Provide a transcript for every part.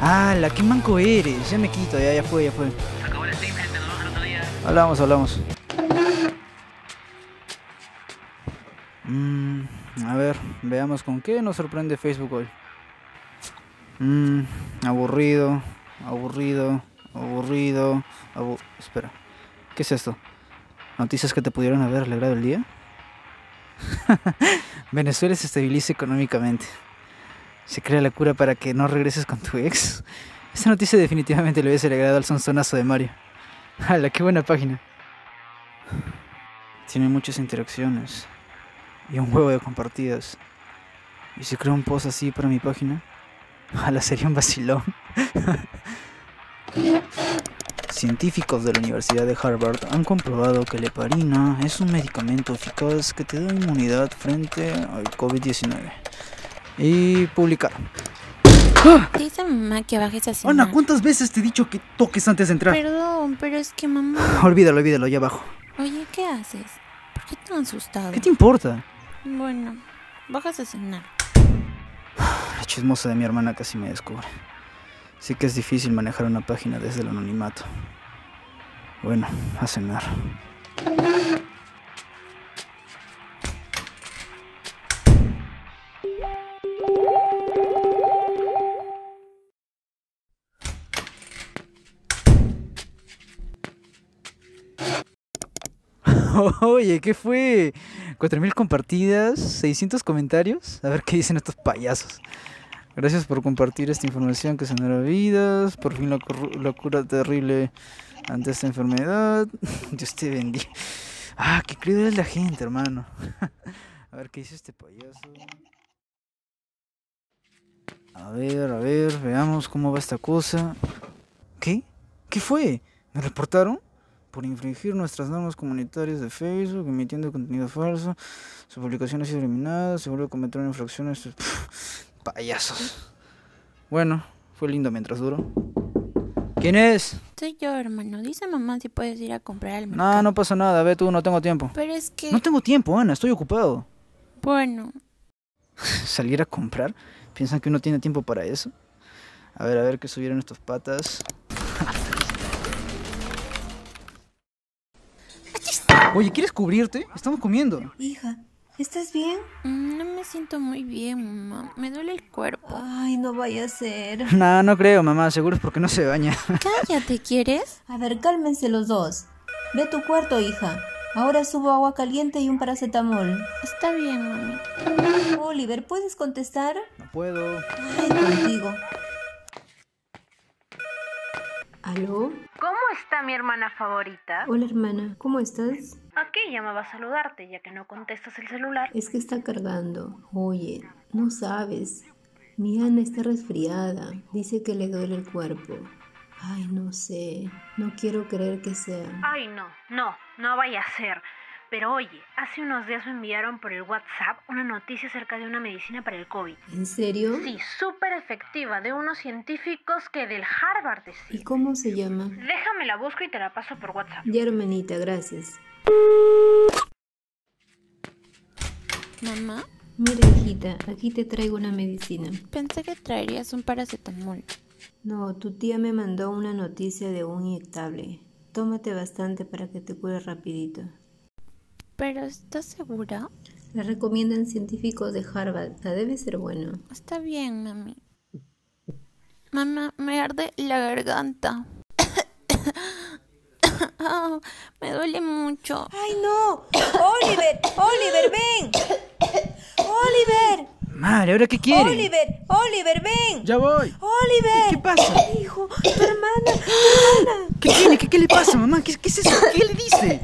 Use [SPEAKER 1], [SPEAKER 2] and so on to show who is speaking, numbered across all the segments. [SPEAKER 1] Ah, la qué manco eres. Ya me quito, ya, ya fue, ya fue.
[SPEAKER 2] Acabó el stream, gente, nos vemos el otro día.
[SPEAKER 1] Hablamos, hablamos. Mm, a ver, veamos con qué nos sorprende Facebook hoy. Mm, aburrido, aburrido, aburrido. abu- Espera, ¿qué es esto? Noticias que te pudieron haber alegrado el día. Venezuela se estabiliza económicamente. Se crea la cura para que no regreses con tu ex. Esta noticia definitivamente le hubiese alegrado al sonsonazo de Mario. ¡Hala, qué buena página! Tiene muchas interacciones y un huevo de compartidas. Y si creo un post así para mi página, ojalá sería un vacilón. Científicos de la Universidad de Harvard han comprobado que la heparina es un medicamento eficaz que te da inmunidad frente al COVID-19. Y publicar.
[SPEAKER 3] Dice a mi mamá que bajes así.
[SPEAKER 1] Ana, ¿cuántas veces te he dicho que toques antes de entrar?
[SPEAKER 3] Perdón, pero es que mamá.
[SPEAKER 1] Olvídalo, olvídalo, ya abajo.
[SPEAKER 3] Oye, ¿qué haces? ¿Por qué tan asustado?
[SPEAKER 1] ¿Qué te importa?
[SPEAKER 3] Bueno, bajas a cenar.
[SPEAKER 1] La chismosa de mi hermana casi me descubre. Sí que es difícil manejar una página desde el anonimato. Bueno, a cenar. Oye, ¿qué fue? 4.000 compartidas, 600 comentarios. A ver qué dicen estos payasos. Gracias por compartir esta información que sanará vidas. Por fin la, corru- la cura terrible ante esta enfermedad. Dios te bendiga. Ah, qué creída es la gente, hermano. A ver qué dice este payaso. A ver, a ver, veamos cómo va esta cosa. ¿Qué? ¿Qué fue? ¿Me reportaron? por infringir nuestras normas comunitarias de Facebook, emitiendo contenido falso, su publicación ha sido eliminada, se vuelve a cometer una infracción. esto- payasos. Bueno, fue lindo mientras duró. ¿Quién es?
[SPEAKER 3] Soy yo, hermano. Dice mamá si puedes ir a comprar al mercado.
[SPEAKER 1] No, no pasa nada, ve tú, no tengo tiempo.
[SPEAKER 3] Pero es que.
[SPEAKER 1] No tengo tiempo, Ana, estoy ocupado.
[SPEAKER 3] Bueno,
[SPEAKER 1] ¿Salir a comprar? ¿Piensan que uno tiene tiempo para eso? A ver, a ver qué subieron estos patas. Oye, ¿quieres cubrirte? Estamos comiendo.
[SPEAKER 4] Hija, ¿estás bien?
[SPEAKER 3] mm, no me siento muy bien, mamá. Me duele el cuerpo.
[SPEAKER 4] Ay, no vaya a ser.
[SPEAKER 1] No, no creo, mamá. Seguro es porque no se baña.
[SPEAKER 3] Cállate, ¿quieres?
[SPEAKER 4] A ver, cálmense los dos. Ve a tu cuarto, hija. Ahora subo agua caliente y un paracetamol.
[SPEAKER 3] Está bien, mami.
[SPEAKER 4] Oliver, ¿puedes contestar?
[SPEAKER 1] No puedo.
[SPEAKER 4] Ay, contigo. ¿Aló?
[SPEAKER 5] ¿Cómo está mi hermana favorita?
[SPEAKER 4] Hola, hermana. ¿Cómo estás?
[SPEAKER 5] Aquí llamaba a saludarte ya que no contestas el celular.
[SPEAKER 4] Es que está cargando. Oye, no sabes. Mi Ana está resfriada. Dice que le duele el cuerpo. Ay, no sé. No quiero creer que sea.
[SPEAKER 5] Ay, no, no, no vaya a ser. Pero oye, hace unos días me enviaron por el WhatsApp una noticia acerca de una medicina para el COVID.
[SPEAKER 4] ¿En serio?
[SPEAKER 5] Sí, súper efectiva, de unos científicos que del Harvard
[SPEAKER 4] ¿Y
[SPEAKER 5] decían.
[SPEAKER 4] cómo se llama?
[SPEAKER 5] Déjame la busco y te la paso por WhatsApp.
[SPEAKER 4] Ya, hermanita, gracias.
[SPEAKER 3] Mamá,
[SPEAKER 4] Mira, hijita, aquí te traigo una medicina.
[SPEAKER 3] pensé que traerías un paracetamol.
[SPEAKER 4] No, tu tía me mandó una noticia de un inyectable. Tómate bastante para que te cure rapidito.
[SPEAKER 3] Pero ¿estás segura?
[SPEAKER 4] La recomiendan científicos de Harvard. La debe ser bueno.
[SPEAKER 3] Está bien, mami. Mamá, me arde la garganta. Ah, me duele mucho.
[SPEAKER 6] ¡Ay, no! ¡Oliver! ¡Oliver, ven! ¡Oliver!
[SPEAKER 1] Madre, ¿ahora qué quiere?
[SPEAKER 6] ¡Oliver! ¡Oliver, ven!
[SPEAKER 1] Ya voy.
[SPEAKER 6] ¡Oliver!
[SPEAKER 1] ¿Qué pasa?
[SPEAKER 6] Hijo, tu hermana.
[SPEAKER 1] ¿Qué tiene? ¿Qué, qué le pasa, mamá? ¿Qué, qué es eso? ¿Qué le diste?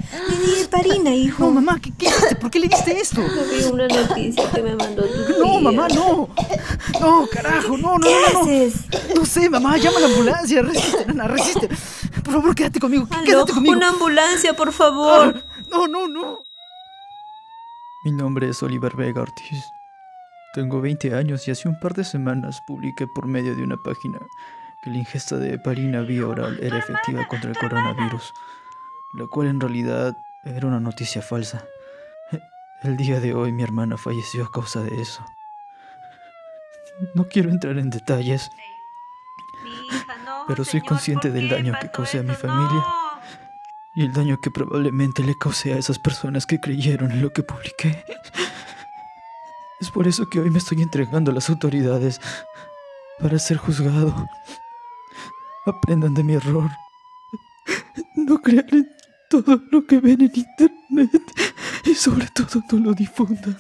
[SPEAKER 6] Ni parina, hijo.
[SPEAKER 1] No, mamá, ¿qué, qué hiciste? ¿Por qué le diste esto?
[SPEAKER 4] Vi una noticia que me mandó tu tía.
[SPEAKER 1] No, mamá, no. No, carajo, no, no,
[SPEAKER 6] ¿Qué
[SPEAKER 1] no. no.
[SPEAKER 6] haces?
[SPEAKER 1] No sé, mamá, llama a la ambulancia. Resiste, nana, resiste. Por favor, quédate conmigo.
[SPEAKER 6] Aló,
[SPEAKER 1] Quédate conmigo.
[SPEAKER 6] una ambulancia, por favor.
[SPEAKER 1] No, no, no. Mi nombre es Oliver Vega Ortiz. Tengo 20 años y hace un par de semanas publiqué por medio de una página que la ingesta de heparina vía oral era efectiva contra el coronavirus, la cual en realidad era una noticia falsa. El día de hoy mi hermana falleció a causa de eso. No quiero entrar en detalles,
[SPEAKER 7] pero soy consciente del daño que causé a mi familia y el daño que probablemente le causé a esas personas que creyeron en lo que publiqué. Es por eso que hoy me estoy entregando a las autoridades para ser juzgado. Aprendan de mi error. No crean en todo lo que ven en internet y sobre todo no lo difundan.